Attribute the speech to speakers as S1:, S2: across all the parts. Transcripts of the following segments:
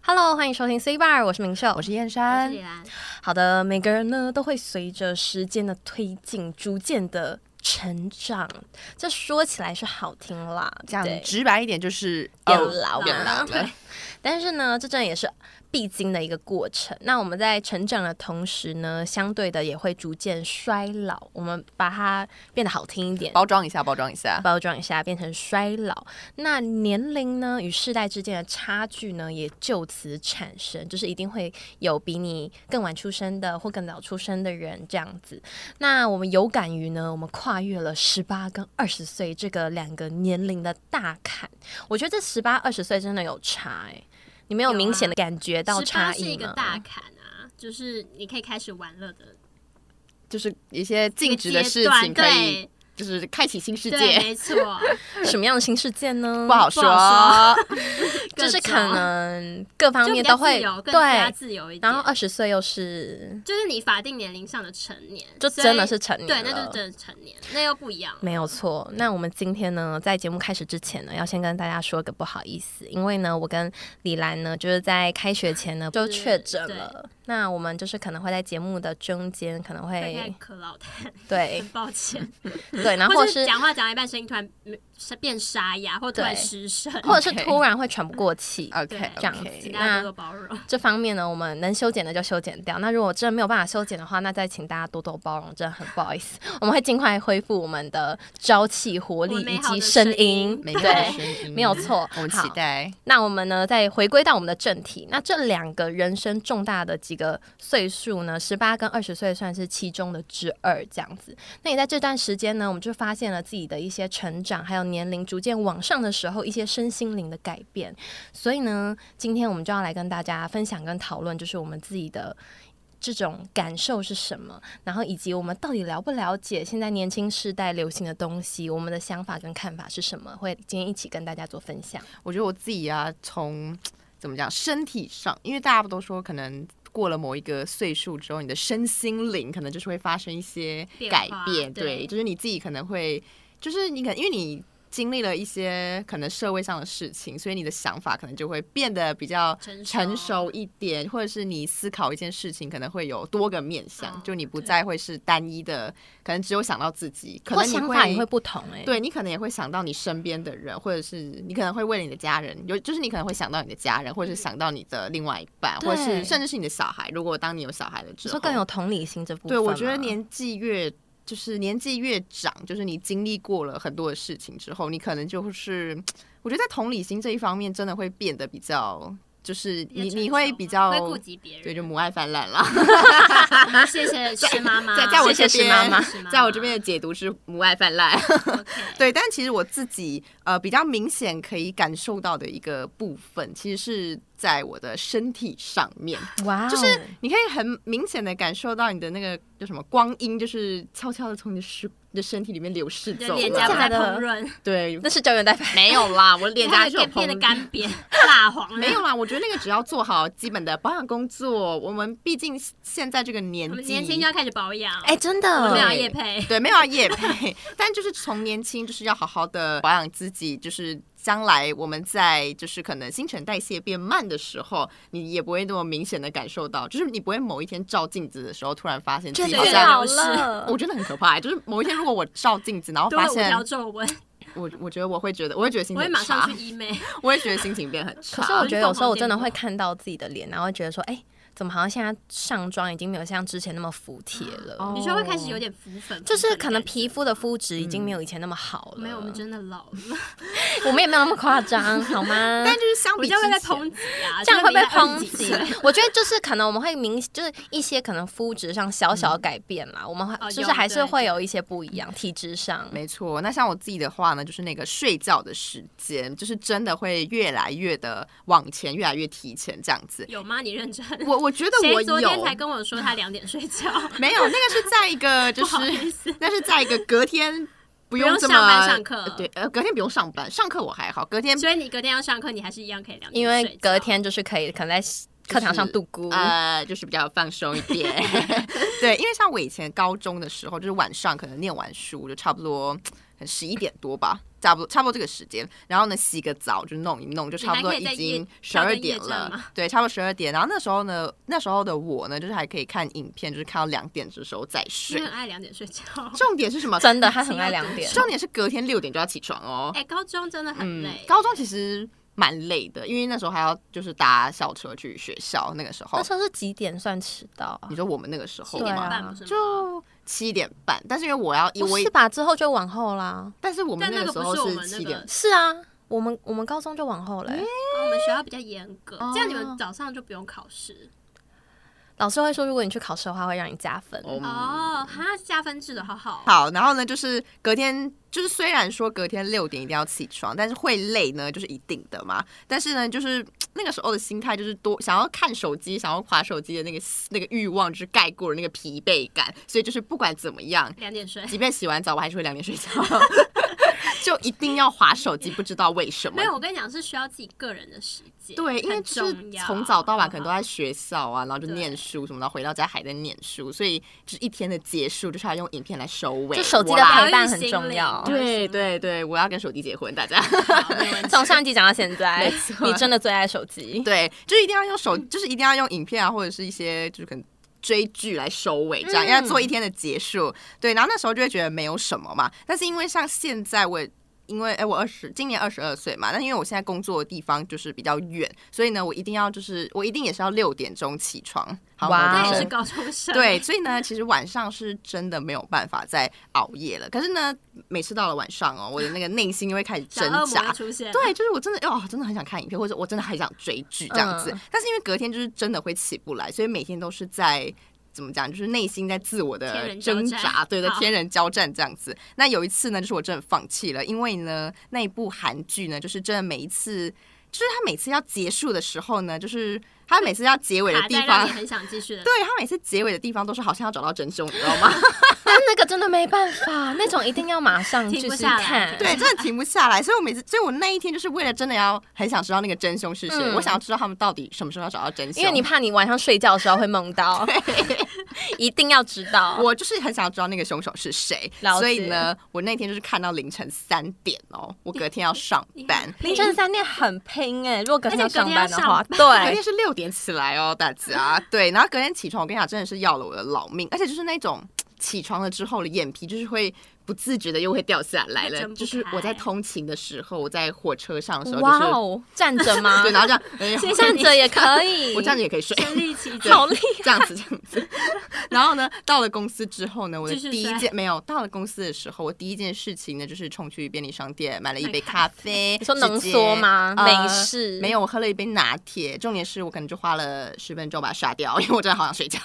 S1: Hello，欢迎收听 C Bar，我是明秀，
S2: 我是燕山。
S1: 好的，每个人呢都会随着时间的推进，逐渐的成长。这说起来是好听啦，
S2: 讲
S1: 对
S2: 直白一点就是
S1: 变
S2: 哦
S1: 老
S2: 变
S1: 了
S2: 老了。
S1: 但是呢，这真的也是必经的一个过程。那我们在成长的同时呢，相对的也会逐渐衰老。我们把它变得好听一点，
S2: 包装一下，包装一下。
S1: 包装一下，变成衰老。那年龄呢与世代之间的差距呢，也就此产生，就是一定会有比你更晚出生的或更早出生的人这样子。那我们有感于呢，我们跨越了十八跟二十岁这个两个年龄的大坎，我觉得这十八二十岁真的有差哎、你没有
S3: 有啊啊
S1: 明显的感觉到
S3: 十八
S1: 差
S3: 是一
S1: 异
S3: 个
S1: 吗？
S3: 大坎啊，就是你可以开始玩乐的
S2: 就是一些禁止的事
S3: 一个
S2: 情
S3: 阶段
S2: 可以，就是开启新世
S3: 对对，
S2: 界，
S3: 没 错，
S1: 什么样的新事件呢？
S2: 不好
S3: 不好
S2: 说。
S3: 各
S1: 就是
S3: 种啊
S1: 可能各方
S3: 就比
S1: 面
S3: 较
S1: 都
S3: 自
S1: 会
S3: 由，更加
S1: 对。
S3: 自由一点。
S1: 然后呃二十岁又是
S3: 就是你法定年龄上的成年，
S1: 就
S3: 所以
S1: 真的是成年
S3: 对，那就是
S1: 了
S3: 真的成年，那又不一样。
S1: 没有错。那我们今天呢，在节目开始之前呢，要先跟大家说个不好意思，因为呢，我跟李兰呢，就是在开学前呢就是确诊了。那我们就是可能会在节目的中间，可能
S3: 大概
S1: 会
S3: 可老太，
S1: 对
S3: 很抱歉。
S1: 对，嗯然后
S3: 或
S1: 或
S3: 者是
S1: 是
S3: 讲话讲到一半，声音突然没变沙哑，或突然
S1: 对
S3: 失声，
S1: 或者是
S2: OK
S1: 突然会喘不过气。
S2: OK，
S3: 对
S1: 这样子
S2: 子。
S3: 请大家多多包容。
S1: 这方面呢，我们能修剪的就修剪掉。那如果真的没有办法修剪的话，那再请大家多多包容，真的很不好意思。我们会尽快恢复我们的朝气、活力
S3: 我们
S1: 以
S3: 美好
S1: 及
S3: 的
S1: 声
S3: 声
S1: 音
S3: 音。
S2: 没
S1: 对，
S2: 声音
S1: 没有错
S2: 我们
S1: 好
S2: 期待。
S1: 那我们呢，再回归到我们的正题。那这两个人生重大的几个岁数呢，十八跟二十岁算是其中的之二，这样子。那也在这段时间呢，我们就发现了自己的一些成长，还有年龄逐渐往上的时候，一些身心灵的改变。所以呢，今天我们就要来跟大家分享跟讨论，就是我们自己的。这种感受是什么？然后以及我们到底了不了解现在年轻世代流行的东西？我们的想法跟看法是什么？会今天一起跟大家做分享。
S2: 我觉得我自己啊，从怎么讲，身体上，因为大家不都说可能。过了某一个岁数之后，你的身心灵可能就是会发生一些
S3: 变
S2: 改
S3: 化
S2: 变，
S3: 对
S2: 对，就是你自己可能会，就是你可能因为你经历了一些可能社会上的事情，所以你的想法可能就会变得比较
S3: 成熟
S2: 成熟一点，或者是你思考一件事情可能会有多个面向，
S3: 嗯
S2: 就你不
S3: 对
S2: 再会是单一的，可能只有想到自己，可
S1: 或
S2: 能你
S1: 想法也会不同哎、欸。
S2: 对你可能也会想到你身边的人，或者是你可能会为了你的家人，有就是你可能会想到你的家人，或者是想到你的另外一半，或者
S1: 嗯对
S2: 是甚至是你的小孩。如果当你有小孩了
S1: 你
S2: 之后，
S1: 说更有同理心这部分
S2: 哦对，
S1: 吗。
S2: 我觉得年纪越就是年纪越长，就是你经历过了很多的事情之后，你可能就是我觉得在同理心这一方面真的会变得比较，就是
S3: 比较
S2: 你
S3: 成
S2: 你会
S3: 熟
S2: 比
S3: 嘛
S2: 较
S3: 会顾及别人，
S2: 对，就母爱泛滥啦。
S3: 谢谢 施妈妈，
S2: 在在我
S1: 啊谢
S2: 这
S1: 谢
S2: 边，
S1: 石妈妈
S2: 在我这边的解读是母爱泛滥。对，但其实我自己呃比较明显可以感受到的一个部分，其实是在我的身体上面，
S1: 哇哦，
S2: 就是你可以很明显的感受到你的那个叫什么光阴，就是悄悄的从你的身你的身体里面流逝
S3: 你
S2: 走
S3: 的
S2: 了。
S3: 脸颊不再
S1: 假的
S3: 烹润，
S2: 对，
S1: 那是胶原蛋白。
S2: 没有啦，我脸颊
S3: 它
S2: 是有
S3: 变变得
S2: 膨
S3: 干 瘪、蜡黄了。
S2: 没有啦，我觉得那个只要做好基本的保养工作，我们毕竟现在这个年
S3: 我们
S2: 纪，
S3: 年轻就要开始保养。
S1: 哎、真
S3: 我们
S1: 的，
S3: 俩叶配，
S2: 对，没有要夜配，但就是从年轻就是要好好的保养自己，就是将来我们在就是可能新陈代谢变慢的时候，你也不会那么明显的感受到，就是你不会某一天照镜子的时候突然发现自
S1: 就
S2: 己
S3: 是
S2: 好
S1: 越
S3: 这样
S2: 像。
S1: 老了
S2: 我。真的很可怕、欸就是某一天如果我照镜子，然后
S3: 都
S2: 发
S3: 会无
S2: 现
S3: 聊皱纹，
S2: 我，我觉得我会觉得，我会觉得心
S3: 我
S2: 情很
S3: 会马上
S2: 差
S3: 去，医美。
S2: 我会觉得心情变很差。
S1: 可是我觉得有时候我
S3: 凤凰电
S1: 真的
S3: 波
S1: 会看到自己的脸，然后会觉得说，哎、怎么好像现在上妆已经没有像之前那么服帖了？
S2: 哦
S3: 你说会开始有点浮粉，
S1: 就是
S3: 浮粉
S1: 可能
S3: 的感觉
S1: 皮肤的肤质已经没有以前那么好了。
S3: 没有，我 们真的老 了，
S1: 我们也没有那么夸张，好吗？
S2: 但就是相
S3: 我
S2: 比
S3: 就会被
S2: 之前
S3: 抨击啊，
S1: 这样
S3: 就
S1: 会被
S3: 被
S1: 抨
S3: 击
S1: 击。 我觉得就是可能我们会明，就是一些可能肤质上小小的改变啦，我们
S3: 哦
S1: 会就
S3: 有
S1: 是还是
S3: 对
S1: 会有一些不一样，体质上。
S2: 没错，那像我自己的话呢，就是那个睡觉的时间，就是真的会越来越的往前，越来越提前这样子。
S3: 有吗？你认真？
S2: 我我觉得我
S3: 谁昨天
S2: 有
S3: 才跟我说他两点睡 觉？
S2: 没有那个是在一 个就
S3: 不好意
S2: 是
S3: 思，
S2: 那是在一个隔天不
S3: 用
S2: 这
S3: 上
S2: 么
S3: 班上课
S2: 呃对呃隔天不用上班，上课我还好，隔天
S3: 所以你隔天要上课，你还是一样可以两点
S1: 因为
S3: 睡觉
S1: 隔天就是可以可能在课堂上度孤，
S2: 呃，就是比较放松一 点。对，因为像我以前高中的时候，就是晚上可能念完书就差不多。十一点多吧，差不多差不多这个时间。然后呢，洗个澡就弄一弄，就差不多已
S3: 你还可以在夜
S2: 经十二点
S3: 跳个夜战吗
S2: 了。对，差不多十二点。然后那时候呢，那时候的我呢，就是还可以看影片，就是看到两点的时候再
S3: 你
S2: 睡
S3: 很。爱两点睡觉。
S2: 重点是什么？
S1: 真的，他很爱两点。
S2: 重点是隔天六点就要起床哦。
S3: 哎、高中真的
S2: 嗯
S3: 很累，，
S2: 高中其实蛮累的，因为那时候还要就是搭校车去学校。那个时候
S1: 那，时候是几点算迟到啊
S2: 你？说我们那个时候
S3: 七点
S1: 对
S3: 半
S1: 啊
S3: 不是吗？
S2: 就七点半，但是因为我要以
S1: 不
S2: 我
S1: 是吧？之后就往后啦。
S2: 但是我们
S3: 但那
S2: 个
S3: 个
S2: 时
S3: 不
S2: 候
S3: 是我们那
S2: 七
S3: 个
S2: 点，
S1: 是啊，嗯我们我们高中就往后嘞、欸
S3: 哦我们学校比较严格，
S2: 哦
S3: 这样你们早上就不用考试
S1: 老师会说，如果你去考试的话，会让你加分。
S2: 哦
S3: 哦。哈，加分制的好好，
S2: 好，然后呢，就是隔天，就是虽然说隔天六点一定要起床，但是会累呢，就是一定的嘛。但是呢，就是嘖那个时候的心态，就是多想要看手机、想要划手机的那个那个欲望，就是盖过了那个疲惫感。所以就是不管怎么样，
S3: 两点睡。
S2: 即便洗完澡，我还是会两点睡觉， 就一定要划手机，不知道为什么
S3: 没。有，我跟你讲是需要自己个人的时间，
S2: 对，因为
S3: 很
S2: 就是
S3: 重要
S2: 从早到晚可能都
S3: 好
S2: 在学校啊，然后就
S3: 对
S2: 念书什么，然后回到家还在念书，所以就是一天的结束就是要用影片来收尾。
S1: 就手机
S2: 我
S1: 的
S2: 啦
S1: 陪伴很重要
S3: 疗愈心灵
S2: 对对对，我要跟手机结婚，大家。
S3: 不好好没 问题
S1: 从上一集讲到现在
S2: 没，错
S1: 你真的最爱手机。
S2: 对，就是一定要用手，就是一定要用影片啊，或者是一些就是可能。追剧来收尾，这样
S1: 嗯
S2: 要做一天的结束，对，然后那时候就会觉得没有什么嘛。但是因为像现在我也，因为哎、我二十，今年二十二岁嘛，但因为我现在工作的地方就是比较远，所以呢，我一定要就是我一定也是要六点钟起床，好，
S1: 哇
S2: 我
S3: 那
S2: 就
S3: 也
S1: 哦
S3: 是高中生，
S2: 对，所以呢，其实晚上是真的没有办法再熬夜了。可是呢，每次到了晚上哦，我的那个内心就会开始
S3: 小
S2: 挣
S3: 恶魔
S2: 扎
S3: 又。出现，
S2: 对，就是我真的哦，真的很想看影片，或者我真的很想追剧这样子。
S1: 嗯
S2: 但是因为隔天就是真的会起不来，所以每天都是在怎么讲，就是内心在自我
S3: 天
S2: 的
S3: 人交
S2: 挣
S3: 战
S2: 扎，对对，
S3: 好
S2: 天人交战这样子。那有一次呢，就是我真的放弃了，因为呢那一部韩剧呢，就是真的每一次，就是他每次要结束的时候呢，就是他每次要结尾的
S3: 卡
S2: 地
S3: 在让
S2: 方
S3: 你。很想继续的
S2: 对他每次结尾的地方都是好像要找到真凶，你知道吗？
S1: 但那个真的没办法， 那种一定要马 上
S3: 停
S1: 继
S3: 不
S1: 续
S3: 下来
S1: 看。
S2: 对，真的停不下来。所以我每次，所以我那一天就是为了真的要很想知道那个真凶是谁，
S1: 嗯
S2: 我想要知道他们到底什么时候要找到真凶。
S1: 因为你怕你晚上睡觉的时候会梦到， 一定要知道。
S2: 我就是很想知道那个凶手是谁，
S1: 了解
S2: 所以呢，我那天就是看到凌晨三点哦，我隔天要上班。
S1: 凌晨三点很拼哎、如果隔天要
S3: 而且隔
S1: 上
S3: 天
S1: 班的话，
S2: 隔
S1: 对
S2: 天，是六点起来哦，大家 对，然后隔天起床，我跟你讲，真的是要了我的老命，而且就是那种起床了之后的眼皮，就是会不自觉的又会掉下来
S3: 会
S2: 了
S3: 睁。不
S2: 就是我在通勤的时候，我在火车上的时候，
S1: 哇
S2: 就是
S1: 哦，站着 吗
S2: 对，？然后这样， 哎、
S3: 谢谢
S1: 站着也可 以，
S2: 我站着也可以睡，
S3: 身临其境，
S1: 好厉
S2: 这样子这样子。 然后呢，到了公司之后呢，我的
S3: 继续
S2: 第一
S3: 睡
S2: 件没有到了公司的时候，我第一件事情呢就是冲去便利商店买了一杯咖啡。
S1: 你说浓
S2: 直接
S1: 缩吗？
S2: 呃
S1: 美式
S2: 没有，我喝了一杯拿铁。重点是我可能就花了十分钟把它杀掉，因为我真的好想睡觉。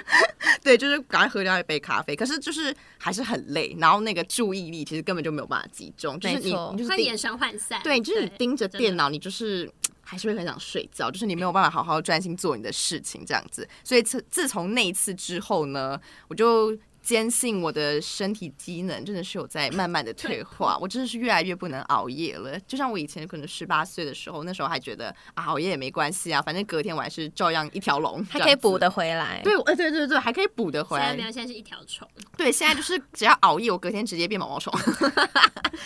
S2: 对，就是赶快喝掉一杯咖啡，可是就是还是很累，然后那个注意力其实根本就没有办法集中，就是
S1: 没
S2: 你
S1: 错
S2: 你就是
S3: 会
S2: 盯
S3: 眼神涣散，
S2: 对，就是你盯着
S3: 真的
S2: 电脑，你就是嘖还是会很想睡觉，就是你没有办法好好专心做你的事情这样子。所以自自从那一次之后呢，我就坚信我的身体机能真的是有在慢慢的退化，我真的是越来越不能熬夜了。就像我以前可能十八岁的时候，那时候还觉得啊熬夜也没关系啊，反正隔天我还是照样一条龙，
S1: 还可以补
S2: 的。
S1: 得回来。
S2: 对，我呃对对对，还可以补得回
S3: 现在
S2: 来
S3: 没。有，现在是一条虫，
S2: 对，现在就是只要熬夜，我隔天直接变毛毛虫，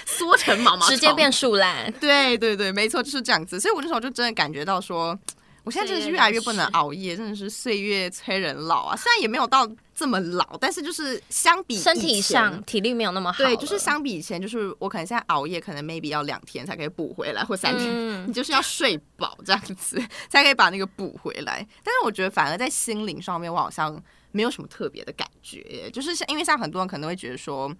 S2: 缩成毛毛虫，
S1: 直接变树懒，
S2: 对对对，没错，就是这样子。所以我那时候就真的感觉到说，我现在真的是越来越不能熬夜，真的是岁月催人老啊。虽然也没有到这么老，但是就是相比
S1: 身
S2: 以
S1: 体
S2: 前
S1: 上。体力没有那么好了，
S2: 对，就是相比以前，就是我可能现在熬夜，可能 maybe 要两天才可以补回来，或三天，
S1: 嗯
S2: 你就是要睡饱这样子，才可以把那个补回来。但是我觉得反而在心灵上面，我好像没有什么特别的感觉耶，就是像因为像很多人可能会觉得说。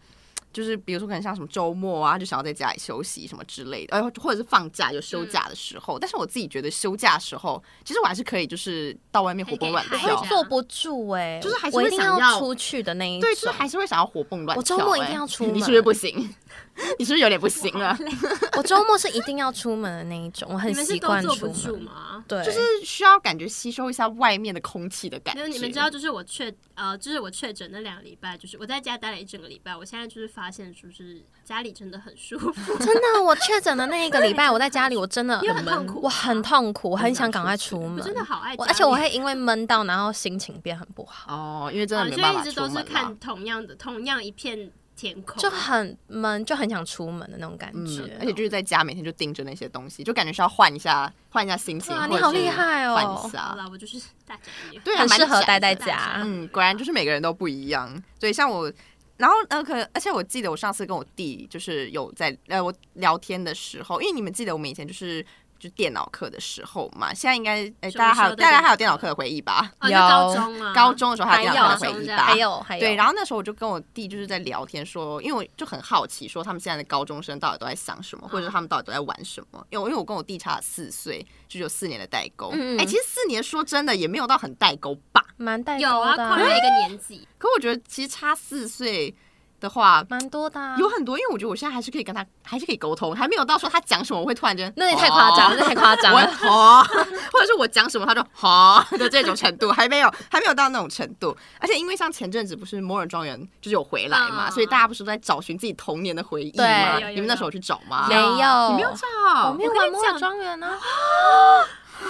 S2: 就是比如说，可能像什么周末啊，就想要在家里休息什么之类的，呃，或者是放假有休假的时
S1: 嗯
S2: 候。但是我自己觉得休假的时候，其实我还是可以，就是到外面活蹦乱
S3: 还是可以
S1: 我
S2: 跳
S1: 会，坐不住哎、
S2: 哎就是还是
S1: 我一
S2: 会
S1: 定
S2: 想要
S1: 出去的那一种，
S2: 对，就是还是会想要活蹦乱跳、
S1: 我周末一定
S2: 哎
S1: 要出
S2: 你是不是
S1: 门
S2: 不行？ 你是不是有点不行啊了？
S1: 我周末是一定要出门的那一种，我很
S3: 你们是
S1: 习
S3: 都
S1: 惯
S3: 坐
S1: 出
S3: 不住
S1: 门。
S3: 吗？
S1: 对，
S2: 就是需要感觉吸收一下外面的空气的感
S3: 没
S2: 觉。
S3: 有，你们知道，就是我确呃，就是我确诊那两个礼拜，就是我在家待了一整个礼拜，我现在就是发现，就是家里真的很舒 服，
S1: 真的，我确诊的那一个礼拜，我在家里，我真的
S3: 因为
S1: 很
S3: 很痛苦啊
S1: 我很痛苦，我很想赶快出
S3: 我
S1: 门。
S3: 真的好爱家
S1: 我
S3: 里。
S1: 而且我会因为闷到，然后心情变很不好。
S2: 哦，因为真
S3: 啊，
S2: 的没
S3: 你就
S2: 办
S3: 一
S2: 法
S3: 直
S2: 出
S3: 都
S2: 门
S3: 是
S2: 啦
S3: 看同样的同样一片天空，
S1: 就很闷，就很想出门的那种感觉。
S2: 嗯，而且就是在家每天就盯着那些东西，就感觉是要换一下换一下心情，
S3: 啊
S2: 或
S1: 哇
S2: 者
S1: 你好
S2: 是
S1: 厉害哦
S2: 换一下
S3: 好啦，我就是大宅女，
S2: 对啊，
S1: 很
S2: 蛮
S1: 适合
S2: 宅
S1: 待在
S2: 的
S1: 家
S2: 嗯，果然就是每个人都不一样。对，像我，然后呃，可而且我记得我上次跟我弟就是有在呃我聊天的时候，因为你们记得我们以前就是。就电脑课的时候嘛，现在应该哎、
S3: 什么
S2: 大家还
S3: 时
S2: 有
S3: 候的
S2: 大家还有电
S3: 电
S2: 脑
S3: 脑
S2: 课的回忆吧？
S3: 哦，就
S1: 有
S3: 高中啊，
S2: 高中的时候还有
S1: 还
S2: 电脑课
S1: 有
S2: 的回忆
S3: 高中
S2: 吧？
S1: 还有还有，
S2: 对，然后那时候我就跟我弟就是在聊天说，因为我就很好奇说他们现在的高中生到底都在想什么，或者他们到底都在玩什么。因为我因为我跟我弟差了四岁，就是有四年的代沟。哎、
S1: 嗯嗯
S2: 其实四年说真的也没有到很代沟吧。
S1: 蛮带
S3: 有啊，
S1: 高的
S3: 跨
S1: 啊，
S3: 了一个年 级，
S2: 可我觉得其实差四岁的话。
S1: 蛮多的啊。
S2: 有很多，因为我觉得我现在还是可以跟他，还是可以沟通，还没有到说他讲什么我会突然间，
S1: 那也太夸张，
S2: 哦
S1: 那太夸张
S2: 我
S1: 了。
S2: 好，或者是我讲什么他就好 的这种程度，还没有还没有到那种程度。而且因为像前阵子不是《摩尔庄园》就是有回来嘛，
S3: 嗯
S2: 所以大家不是都在找寻自己童年的回忆嘛？
S1: 对
S3: 有有
S2: 你们那时候有去找吗？
S1: 没有，
S2: 啊你没有
S1: 我
S2: 找
S1: 没。有啊玩《摩尔庄园》呢。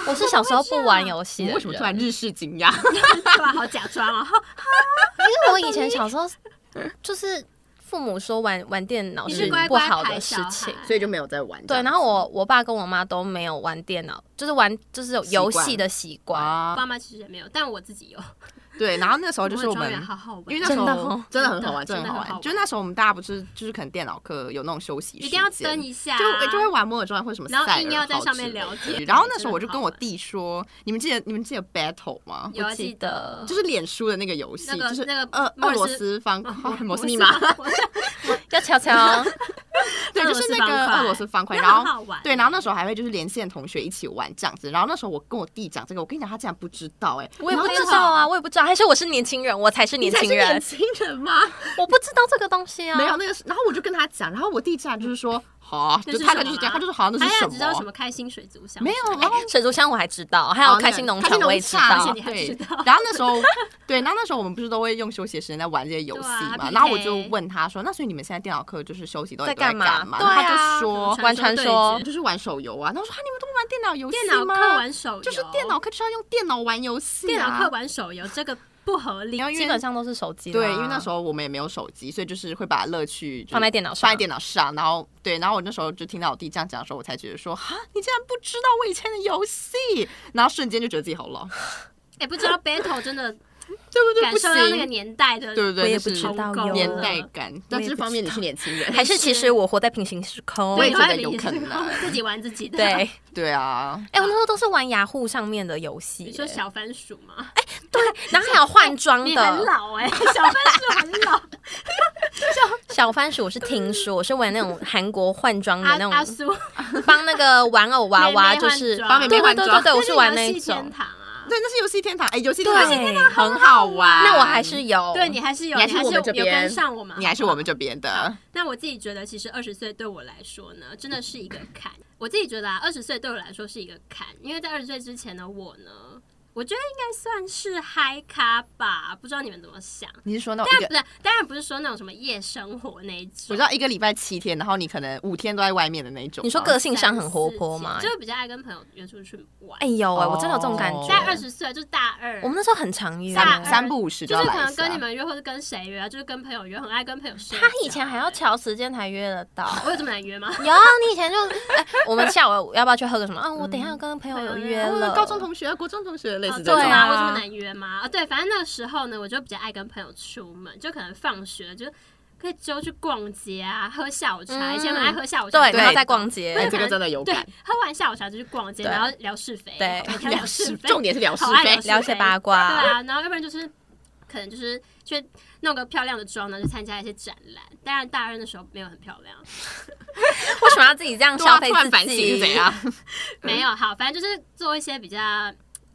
S1: 我是小时候不玩游戏
S2: 你
S1: 的人，
S2: 为什么突然日式惊讶？
S3: 对吧？好假装哦，
S1: 因为我以前小时候就是父母说玩玩电脑
S3: 你
S2: 是
S3: 乖
S1: 哦不
S3: 乖
S1: 好
S3: 牌
S1: 的事
S3: 小
S1: 情，
S3: 孩
S2: 所以就没有在玩这
S1: 对。
S2: 样。
S1: 然后我我爸跟我妈都没有玩电脑，就是玩就是有游戏的习惯。
S3: 我
S2: 啊，
S3: 爸妈其实也没有，但我自己有。
S2: 对，然后那时候哦就是我
S3: 摩
S2: 们
S3: 尔庄园好好玩，
S2: 因为那时
S1: 真的
S2: 候
S1: 哦
S2: 真的很好玩，
S3: 真
S2: 真
S3: 的
S2: 的很好
S3: 真的很好玩
S2: 玩。就那时候我们大家不是就是可能电脑课有那种休息时
S3: 一
S2: 间，
S3: 定要登一下啊，
S2: 就就会玩摩尔庄园或者什么
S3: 然后
S2: 赛尔
S3: 硬要在
S2: 号
S3: 上
S2: 之
S3: 面
S2: 类
S3: 了
S2: 的
S3: 解
S2: 然后那
S3: 真
S2: 时
S3: 的
S2: 候我就
S3: 很
S2: 跟
S3: 好
S2: 我
S3: 玩
S2: 弟说，你们记得你们记得 battle 吗？
S3: 有啊
S1: 记
S3: 记
S1: 得
S2: 就是脸书的那个游戏，
S3: 那个
S2: 就是
S3: 那个
S2: 俄
S3: 摩
S2: 俄
S3: 尔
S2: 罗
S3: 斯哦
S2: 斯方块、哦 摩斯密
S3: 密
S2: 码，
S1: 要悄悄，
S2: 对，
S3: 俄
S2: 就
S3: 罗
S2: 是
S3: 斯
S2: 那个
S3: 方块
S2: 俄罗斯方块，
S3: 那
S2: 然
S3: 很好
S2: 后
S3: 玩
S2: 对，
S3: 欸
S2: 然后那时候还会就是连线同学一起玩这样子，然后那时候我跟我弟讲这个，我跟你讲他竟然不知道哎、
S1: 我也
S2: 然
S1: 不
S2: 后
S1: 知道啊，我也不知道，还是我是年轻人，我才是年
S2: 才是
S1: 轻人
S2: 年，轻人吗？
S1: 我不知道这个东西 啊。
S2: 没有那个是，然后我就跟他讲，然后我弟竟然就是说好啊，
S3: 那
S2: 就是他
S3: 什
S2: 他
S3: 么
S2: 就是
S3: 啊
S2: 这样，他就是好，那
S3: 哎
S2: 是
S3: 呀，
S2: 什
S3: 知道什
S2: 么？
S3: 么开心水族箱？
S2: 没有，哦
S1: 哎
S2: 然后
S1: 水族箱我还知道，还有
S3: 哦
S1: 开心农场我也知
S2: 哦开
S3: 而且
S1: 道
S3: 你，还知道
S2: 对 然后那时候，对，然后那时候我们不是都会用休息的时间在玩这些游戏
S3: 对
S2: 嘛
S3: 啊？
S2: 然后我
S3: PK
S2: 就问他说：“那所以你们现在电脑课就是休息都
S1: 在
S2: 都干
S1: 干嘛
S2: 嘛？”
S1: 对啊
S2: 他就说哦
S3: 什么
S1: 玩
S3: 传说
S1: 传说
S3: 哎对
S2: 就是玩手游啊。然后我说：“啊，你们都不玩电脑游戏
S3: 电
S2: 吗？
S3: 脑课玩手游，
S2: 就是电脑课就是要用电脑玩游戏、啊，
S3: 电脑课。玩手游，这个不合理
S2: 然。后因为
S1: 基本上都是手机啦。
S2: 对，因为那时候我们也没有手机，所以就是会把乐趣就是
S1: 放在电脑上
S2: 放在电脑上。然后对，然后我那时候就听到我弟这样讲的时候，我才觉得说：“哈，你竟然不知道我以前的游戏！”然后瞬间就觉得自己好老，
S3: 哎，不知道 battle 真的
S2: 对不对？
S3: 感
S2: 不
S3: 受到那个
S2: 行，
S3: 年代的，
S2: 对不对？啊
S1: 我也
S2: 就是
S1: 不知道
S3: 重构
S1: 有
S2: 年
S3: 了
S2: 代感，但这方面你是年轻 人，
S1: 还是其实我活在平行时空
S2: 我。也
S3: 对
S2: 觉得
S3: 你
S2: 有
S3: 会
S2: 可能啊
S3: 自己玩自己的。
S1: 对，哎，
S2: 对啊，
S1: 我那时候都是玩雅虎上面的游戏
S3: 你说
S1: 耶，
S3: 小番薯吗？
S1: 对，然后还有换装
S3: 你很
S1: 的。
S3: 老哎，小番薯很 老。
S2: 嗯
S1: 小番薯我是听说，我是玩那种韩国换装的
S3: 阿
S1: 那
S3: 阿
S1: 种，
S3: 苏，
S1: 帮那个玩偶娃娃，
S3: 妹妹
S1: 就
S3: 换
S1: 是
S3: 装
S2: 帮妹妹
S1: 对对
S2: 换
S1: 对
S2: 装
S1: 对对，我是玩
S3: 那
S1: 那
S3: 个游戏
S1: 种
S3: 天。堂啊。
S2: 对，那是游戏天堂，哎，游戏天堂，
S1: 对，很
S2: 好玩
S1: 那我还是有，
S3: 对你还是有，
S2: 哦你还
S3: 你
S2: 是
S3: 还
S2: 我
S3: 是
S2: 们
S3: 有
S2: 这
S3: 有
S2: 边
S3: 跟上我们，
S2: 你还是
S3: 好不好
S2: 我们这边的，
S3: 那我自己觉得，其实二十岁对我来说呢，真的是一个坎。我自己觉得啊，二十岁对我来说是一个坎，因为在二十岁之前的我呢，我觉得应该算是嗨咖吧，不知道你们怎么想。
S2: 你是说那种
S3: 当
S2: 一
S3: 然
S2: 个
S3: 不，是，当然不是说那种什么夜生活那一
S2: 我
S3: 种
S2: 知。道一个礼拜七天，然后你可能五天都在外面的那一种吗。
S1: 你说个性上很活泼吗
S3: 三四？天就比较爱跟朋友约出去玩。
S1: 哎呦哎，我真的有这种感
S2: 哦
S1: 觉
S3: 在。二十岁就是大二，
S1: 我们那时候很常约，
S3: 大
S2: 三
S3: 二
S2: 三不五十
S3: 就
S2: 要
S3: 是
S2: 来
S3: 可
S2: 一
S3: 能
S2: 次啊
S3: 跟你们约，或者跟谁约啊，就是跟朋友约，很爱跟朋友社交。
S1: 他以前还要瞧时间才约得到。
S3: 我有这么难约吗？
S1: 有，你以前就哎，我们下午要不要去喝个什么？啊，我等一下跟朋友有约了。
S2: 哦高中同学、国中同学类似这种
S1: 对啊
S3: 啊，我这么难约吗？啊，对，反正那个时候呢，我就比较爱跟朋友出门，就可能放学就可以就去逛街啊，喝下午茶，
S1: 嗯
S3: 以前很爱喝下午茶，
S1: 对，
S2: 对
S1: 然后再逛街
S2: 哎，，这个真的有
S3: 对
S2: 感，，
S3: 喝完下午茶就去逛街，
S1: 对
S3: 然后聊是非，
S1: 对
S3: 每 天聊是非，
S2: 重点 是聊是
S3: 好爱
S2: 非
S3: 聊，
S1: 聊一些八
S3: 对
S1: 卦。
S3: 啊，然后要不然就是可能就是去弄个漂亮的妆呢，去参加一些展览。当然，大二的时候没有很漂亮，
S1: 为什么要自己这样
S2: 对啊
S1: 消费
S2: 突然反
S1: 自
S2: 省是怎
S1: 己？
S2: 样
S3: 没有好，反正就是做一些比较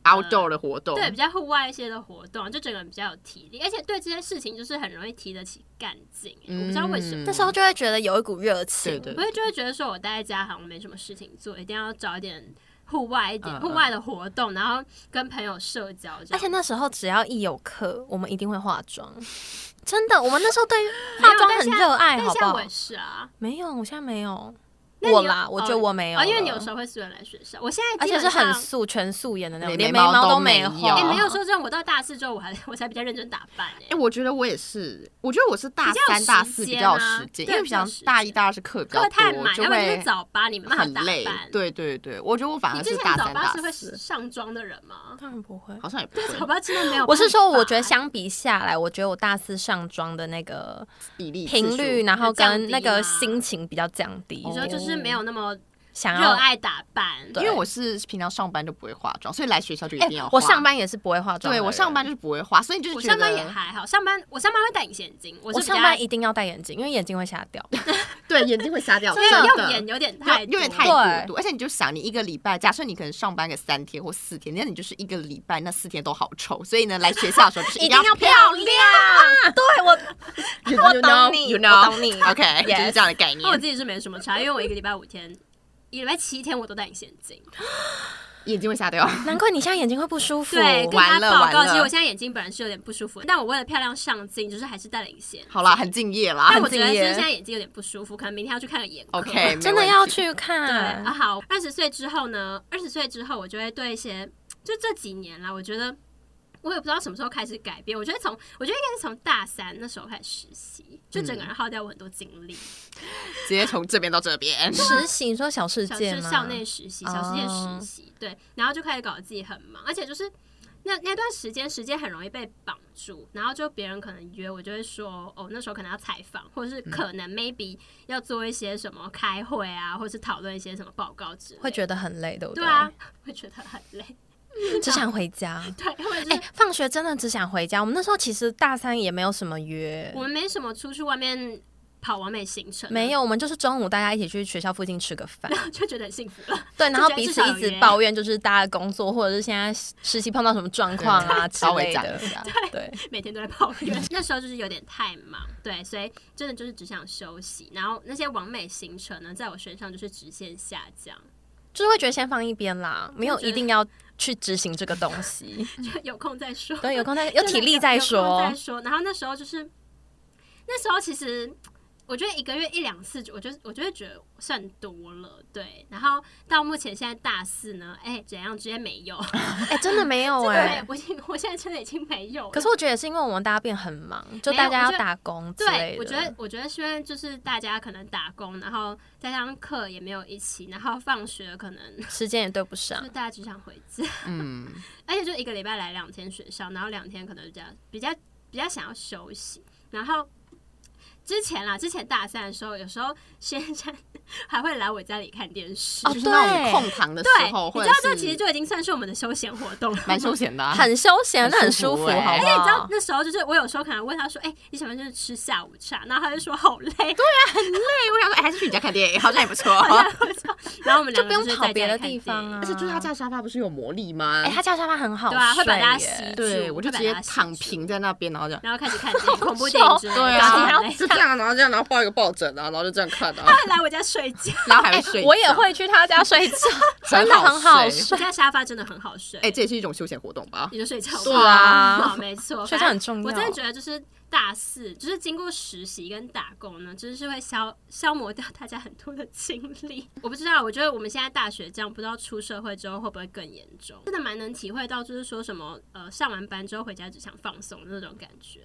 S2: outdoor 的活动，
S3: 对，比较户外一些的活动，就整个人比较有体力，而且对这些事情就是很容易提得起干劲、欸我不知道为什么，
S1: 那时候就会觉得有一股热情
S2: 嗯对。对
S3: 我会就会觉得说我待在家好像没什么事情做，一定要找一点户外一点
S2: 嗯
S3: 户外的活动，然后跟朋友社交这样。
S1: 而且那时候只要一有课，我们一定会化妆。真的，我们那时候对于
S3: 没有
S1: 化妆
S3: 但
S1: 很
S3: 现在
S1: 热爱，
S3: 但现
S1: 好不
S3: 在
S1: 好
S3: 我也？是啊，
S1: 没有，我现在没有。
S3: 那你有
S1: 我啦，我觉得我没有
S3: 哦，
S1: 了，
S3: 因为你有时候会素颜来学校，我现在
S1: 而
S3: 基本
S1: 且是很啊
S3: 上
S1: 素全素颜的那种，
S2: 连
S1: 连
S2: 眉毛
S1: 毛
S2: 都没
S1: 没
S2: 有
S1: 画
S3: 哎、没有说真的，我到大四之后，我还 我才比较认真打扮哎、
S2: 哎、我觉得我也是，我觉得我是大
S3: 比较有
S2: 三、大
S3: 时
S2: 四比
S3: 间
S2: 较有
S3: 啊
S2: 时间，因
S3: 对
S2: 为
S3: 比较
S2: 想
S3: 有时
S2: 大一、
S3: 间
S2: 大二是课比较
S3: 课太
S2: 多，
S3: 满，
S2: 就
S3: 要不然就是
S2: 会
S3: 早八，你没办法
S2: 很
S3: 打
S2: 累
S3: 扮。。，
S2: 对对对，我觉得我反
S1: 啊
S3: 你
S2: 而
S3: 之
S2: 是
S3: 前
S2: 大
S3: 早
S2: 三、
S3: 八
S2: 大
S3: 是会
S2: 四，
S3: 上妆的人吗？
S1: 当然不会。
S2: 好像也不会
S3: 早八真的没有办法。
S1: 我是说，我觉得相比下来，我觉得我大四上妆的那个
S2: 比例次
S1: 频
S2: 数
S1: 率，然后
S3: 有降
S1: 跟
S3: 低
S1: 那个
S3: 吗
S1: 心情比较降低。
S3: 你说
S2: 哦
S3: 就是没有那么
S1: 想
S3: 热
S1: 要
S3: 爱打扮，
S1: 对
S2: 因为我是平常上班就不会化妆，所以来学校就一
S1: 哎
S2: 定要化。
S1: 我上班也是不会化妆的人，
S2: 对我上班就是不会化，所以就是
S3: 我
S2: 觉得
S3: 上班也还好，上班我上班会戴隐形眼镜，我
S1: 我
S3: 是比较
S1: 上班一定要戴眼镜，因为眼睛会瞎掉。
S2: 对眼睛会瞎掉，
S3: 所以
S2: 真的
S3: 用眼有点
S2: 有
S3: 太
S2: 有点
S3: 多
S2: 太
S1: 多
S2: 过度，而且你就想，你一个礼拜，假设你可能上班个三天或四天，那你就是一个礼拜那四天都好臭，所以呢，来学校的时候就是
S1: 一定
S2: 定
S1: 要
S2: 漂
S1: 亮。对我，
S2: 亮，
S1: 我懂你
S2: you know，
S1: 我懂你
S2: OK，就是
S1: Yes
S2: 这样的概
S3: 那我
S2: 念。
S3: 自己是没什么差，因为我一个礼拜五天，一个礼拜七天我都戴隐形眼镜。
S2: 哦眼睛会瞎掉，
S1: 难怪你现在眼睛会不舒服。
S3: 对，跟
S2: 完
S3: 大家
S2: 了
S3: 报
S2: 完
S3: 告，其实
S2: 了
S3: 我现在眼睛本来是有点不舒服，但我为了漂亮上镜，就是还是戴了隐形眼镜。
S2: 好啦，很敬业啦
S3: 但
S1: 很
S3: 我觉得
S1: 敬
S3: 是
S1: 业
S3: 现在眼睛有点不舒服，可能明天要去看个眼科。
S2: ，OK，
S1: 真的
S2: 没问
S1: 要
S2: 题。
S1: 去看。
S3: 对啊，好，二十岁之后呢？二十岁之后，我就会对一些，就这几年啦，我觉得我也不知道什么时候开始改变。我觉得从，我觉得应该是从大三那时候开始实习，就
S1: 嗯
S3: 整个人耗掉我很多精力。
S2: 直接从这边到这 边，
S1: 实习，你说小世
S3: 小
S1: 界
S3: 是
S1: 吗？
S3: 校内实习，小世界
S1: 哦
S3: 实习，对，然后就开始搞得自己很忙，而且就是那那段时间，时间很容易被绑住，然后就别人可能约我，就会说哦，那时候可能要采访，或者是
S1: 嗯
S3: 可能 maybe 要做一些什么开会啊，或者是讨论一些什么报告之类的，
S1: 会觉得很累，对不
S3: 对啊，会觉得很累，
S1: 只想回家。
S3: 对，或者是
S1: 哎、放学真的只想回家。我们那时候其实大三也没有什么约
S3: 我，们没什么出去外面跑完美行程，啊
S1: 没有，我们就是中午大家一起去学校附近吃个饭，
S3: 就觉得很幸福了。
S1: 对，然后
S3: 就觉得
S1: 彼
S3: 至
S1: 此
S3: 少有
S1: 一直
S3: 约
S1: 抱怨就是大家的工作或者是现在实习碰到什么状 况啊之
S2: 稍微
S1: 类
S2: 讲
S1: 的
S2: 一，下。
S1: 对，
S3: 每天都在抱 怨。那时候就是有点太忙，对，所以真的就是只想休息。然后那些完美行程呢，在我身上就是直线下降，
S1: 就是会觉得先放一边啦，没有
S3: 觉得
S1: 一定要去执行这个东 西。
S3: 就有空再说。
S1: 对，嗯有空再有
S3: 真的
S1: 体力再
S3: 有空
S1: 说
S3: 再。说。然后那时候就是，那时候其实我觉得一个月一两次，我就我就会觉得算多了，对。然后到目前现在大四呢，哎、怎样直接没 有，
S1: 哎、真的没有
S3: 对，
S1: 哎、
S3: 我已经我现在真的已经没有了。
S1: 可是我觉得也是因为我们大家变很忙，就
S3: 没
S1: 大
S3: 有
S1: 家
S3: 我
S1: 要
S3: 觉得
S1: 打工之
S3: 对
S1: 类的。，
S3: 我觉得我觉得是因为就是大家可能打工，然后再加上课也没有一起，然后放学可能
S1: 时间也对不上
S3: 就。大家只想回家，
S2: 嗯，
S3: 而且就一个礼拜来两天学校，然后两天可能比较比较比较想要休息，然后。之前啦，之前大三的时候，有时候先生 还会来我家里看电视，
S1: 哦
S2: 就是那
S1: 对
S2: 种空堂的时
S3: 对，
S2: 候，
S3: 你
S2: 或
S3: 知
S2: 者
S3: 道
S2: 是
S3: 这其实就已经算是我们的休闲活动了，
S2: 蛮 休闲
S3: 嗯
S2: 的啊，
S1: 很休闲，那很
S2: 很
S1: 舒
S2: 舒
S1: 服，
S2: 服
S1: 好
S2: 欸
S1: 不
S2: 而
S3: 而且哎你知道
S1: 好？
S3: 那时候就是我有时候可能问他说：“哎、你喜欢就是吃下午茶？”然后他就说：“好累。”
S2: 对，我想说，哎，还是去你家看电影，好像也不错。
S3: 然后我们
S1: 就
S3: 两
S1: 不
S3: 个
S1: 用
S3: 是
S1: 跑
S3: 在
S1: 别
S3: 家
S1: 的
S3: 里看
S1: 地
S3: 电
S1: 方
S3: 影
S1: 啊。
S2: 而且就是他家的沙发不是有魔力吗
S1: 哎、？他家沙发很好睡
S3: 对
S1: 耶，
S3: 啊会把大家 吸
S2: 对，我就直接
S3: 他把它吸
S2: 躺
S3: 住
S2: 平在那边，然后这样，
S3: 然后开始看电影，恐怖电影之类的。
S2: 对
S1: 然后还
S2: 啊
S1: 要，
S3: 哎
S2: 就这样，然后这样，然后抱一个抱枕啊，然后就这样看啊，
S3: 来我 家睡觉，
S2: 然后还会睡觉。
S1: 哎我也会去他家睡觉，真的很好
S2: 好睡
S1: 睡
S3: 我。家沙发真的很好睡。
S2: 哎、这也是一种休闲活动吧？
S3: 你就睡觉吧。
S1: 是啊
S3: 好， 没错，
S1: 睡觉很重要
S3: 我真的觉得就是大四，就是经过实习跟打工呢，就是会消消磨掉大家很多的精力。 我不知道，我觉得我们现在大学这样，不知道出社会之后会不会更严重。真的蛮能体会到，就是说什么呃，上完班之后回家只想放松的那种感觉。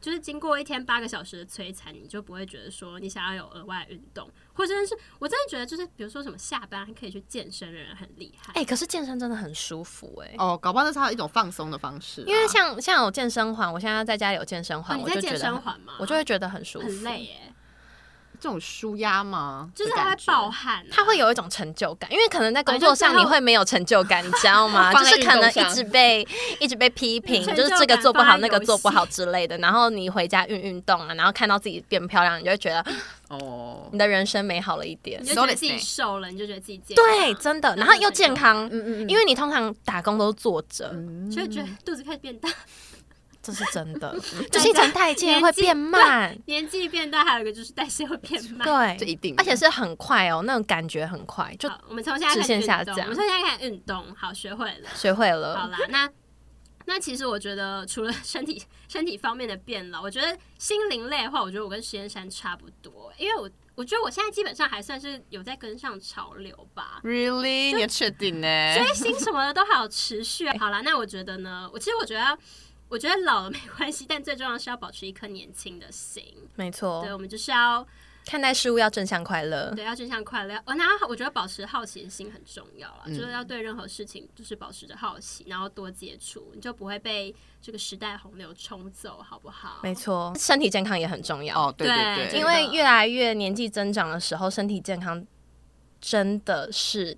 S3: 就是经过一天八个小时的摧残，你就不会觉得说你想要有额外运动，或者是我真的觉得就是比如说什么下班可以去健身的人很厉害。
S1: 哎、可是健身真的很舒服哎、
S2: 哦，搞不好那是他一种放松的方式啊、
S1: 因为像像有健身环，我现在在家里有健身环，
S3: 哦
S1: 我
S3: 你在
S1: 就觉
S3: 健
S1: 得
S3: 身
S1: 很
S3: 环吗？
S1: 我就会觉得很舒服，
S3: 很累，耶，
S2: 这种舒压嘛，
S3: 就是
S2: 的
S3: 他
S2: 感
S3: 会
S2: 觉
S3: 暴汗、啊，
S1: 他会有一种成就感，因为可能在工
S3: 哦
S1: 作
S3: 就最
S1: 上
S3: 后
S1: 你会没有成就感，你知道 吗？就
S2: 放在
S1: 是可能
S2: 运动
S1: 一
S2: 上
S1: 直被一直被批评，
S3: 成
S1: 就
S3: 就是感
S1: 这个做不好，
S3: 放在
S1: 那个
S3: 游戏
S1: 做不好之类的。然后你回家运运动啊，然后看到自己变漂亮，你就会觉 得
S2: 哦
S1: 你。的人生美好了一点
S3: 你。就觉得
S2: Solid
S3: 自己
S2: state
S3: 瘦了，你就觉得自己健康，
S1: 欸对，真的，然后又健康，
S2: 嗯嗯
S1: 因为你通常打工都是坐着，
S2: 嗯
S3: 就会觉得肚子开始变大，
S1: 这是真的，就是一层代谢会变慢，
S3: 嗯年纪变大，还有一个就是代谢会变慢。
S2: 嗯这一
S1: 对，
S2: 定的，
S1: 而且是很快哦，那种感觉很快， 就
S3: 好，我们从现在开
S1: 直
S3: 始
S1: 线
S3: 运
S1: 下
S3: 动，
S1: 降
S3: 我们从现在开始运动，好，学会了，
S1: 学会
S3: 好
S1: 了。
S3: 啦，那。那其实我觉得，除了身体 身体方面的变老，我觉得心灵类的话，我觉得我跟实验山差不多，因为我我觉得我现在基本上还算是有在跟上潮流吧。
S2: Really？你要确定呢？
S3: 追星什么的都还有持续。 好啦，那我觉得呢，我其实我觉得，我觉得老了没关系，但最重要是要保持一颗年轻的心。
S1: 没
S3: 对，
S1: 错，
S3: 我们就是要
S1: 看待事物要正向快乐。
S3: 对要正向快乐。哦，那我觉得保持好奇心很重要啦，
S2: 嗯
S3: 就是要对任何事情就是保持着好奇，然后多接触，你就不会被这个时代洪流冲走，好不好？
S1: 没错，身体健康也很重要。
S2: 哦，对
S3: 对
S2: 对对，
S1: 因为越来越年纪增长的时候，身体健康真的是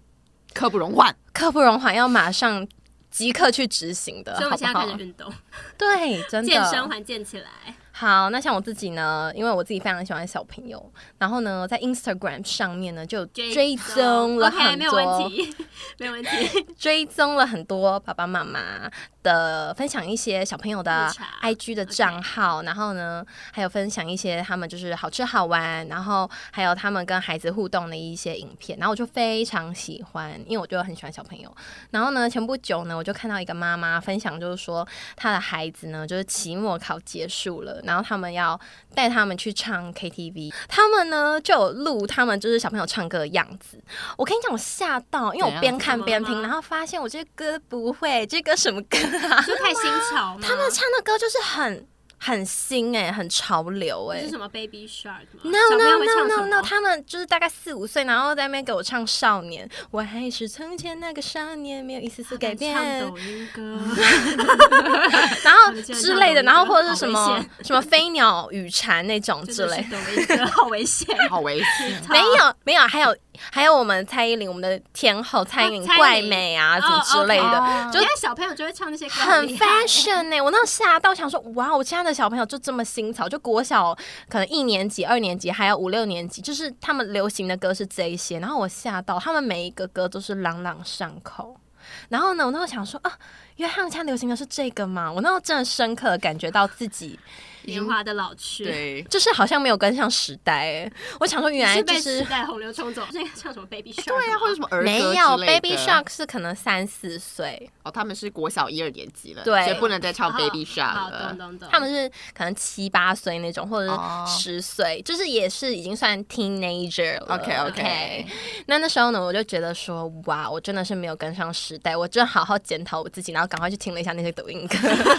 S2: 刻不容缓。
S1: 刻不容缓，要马上即刻去执行的，
S3: 所以我
S1: 好
S3: 们
S1: 不
S3: 现在
S1: 好
S3: 开？始运动，
S1: 对，真的
S3: 健身环建起来。
S1: 好，那像我自己呢，因为我自己非常喜欢小朋友，然后呢，在 Instagram 上面呢就有追踪了
S3: OK，
S1: 很
S3: 没有
S1: 多
S3: 问题， 没 有问题。
S1: 追踪了很多爸爸妈妈的分享一些小朋友的
S3: 日常
S1: IG 的账号然后呢，还有分享一些他们就是好吃好玩，然后还有他们跟孩子互动的一些影片，然后我就非常喜欢，因为我就很喜欢小朋友。然后呢，前不久呢，我就看到一个妈妈分享，就是说她的孩子呢，就是期末考结束了，然后他们要带他们去唱 KTV，他们呢就有录他们就是小朋友唱歌的样子。我跟你讲，我吓到，因
S2: 怎
S1: 为我
S2: 样
S1: 边看边
S3: 怎么
S1: 听，
S3: 了
S1: 然后发现我这歌不会，这歌什么歌啊？
S3: 就太新潮吗？
S1: 他们唱的歌就是很很新哎、很潮流哎、
S3: 这是什么 Baby Shark 吗
S1: No
S3: 小朋友
S1: no
S3: 会
S1: no
S3: 唱什
S1: no
S3: 么
S1: no，他们就是大概四五岁，然后在那边给我唱少年，我还是从前那个少年，没有一丝丝改变，
S3: 唱抖音 歌，
S1: 然后
S3: 他们竟然
S1: 之类的，
S3: 唱抖音歌
S1: 然后或者是什
S3: 好危
S1: 么什么飞鸟与蝉那种之
S3: 真的
S1: 类
S3: 是，抖音歌好危险。，
S2: 好危险
S1: 没有没有，还有还有我们蔡依林，我们的天后蔡依林、
S3: 哦蔡依林
S1: 怪美啊，什么
S3: 哦
S1: 之类的。
S2: 哦
S1: 就
S3: 现在小朋友就会唱那些歌，
S1: 很
S3: 厉害
S1: fashion 欸呢、我那时候吓到，想说哇，哦我现在的小朋友就这么新潮，就国小可能一年级、二年级，还有五六年级，就是他们流行的歌是这一些，然后我吓到，他们每一个歌都是朗朗上口。然后呢，我那时候想说啊，原来他们现在流行的是这个嘛？我那时候真的深刻的感觉到自己
S3: 年华的老去。
S2: 对，
S1: 就是好像没有跟上时代、欸。我想说，
S3: 你
S1: 原来
S3: 是
S1: 就
S3: 被
S1: 是啊
S3: 时代洪流冲走，这个唱什么 Baby Shark？
S2: 对呀，啊或者什么儿歌
S1: 没
S2: 之
S1: 有
S2: 类的
S1: Baby Shark 是可能三四岁，
S2: 哦，他们是国小一二年级了，
S1: 对
S2: 所以不能再唱
S3: 哦
S2: Baby Shark
S3: 好，懂
S2: 了。
S3: 懂懂。
S1: 他们是可能七八岁那种，或者
S2: 哦
S1: 是十岁，就是也是已经算 teenager 了。
S2: OK OK，
S1: 那那时候呢，我就觉得说，哇，我真的是没有跟上时代，我真的好好检讨我自己，然后赶快去听了一下那些抖音歌。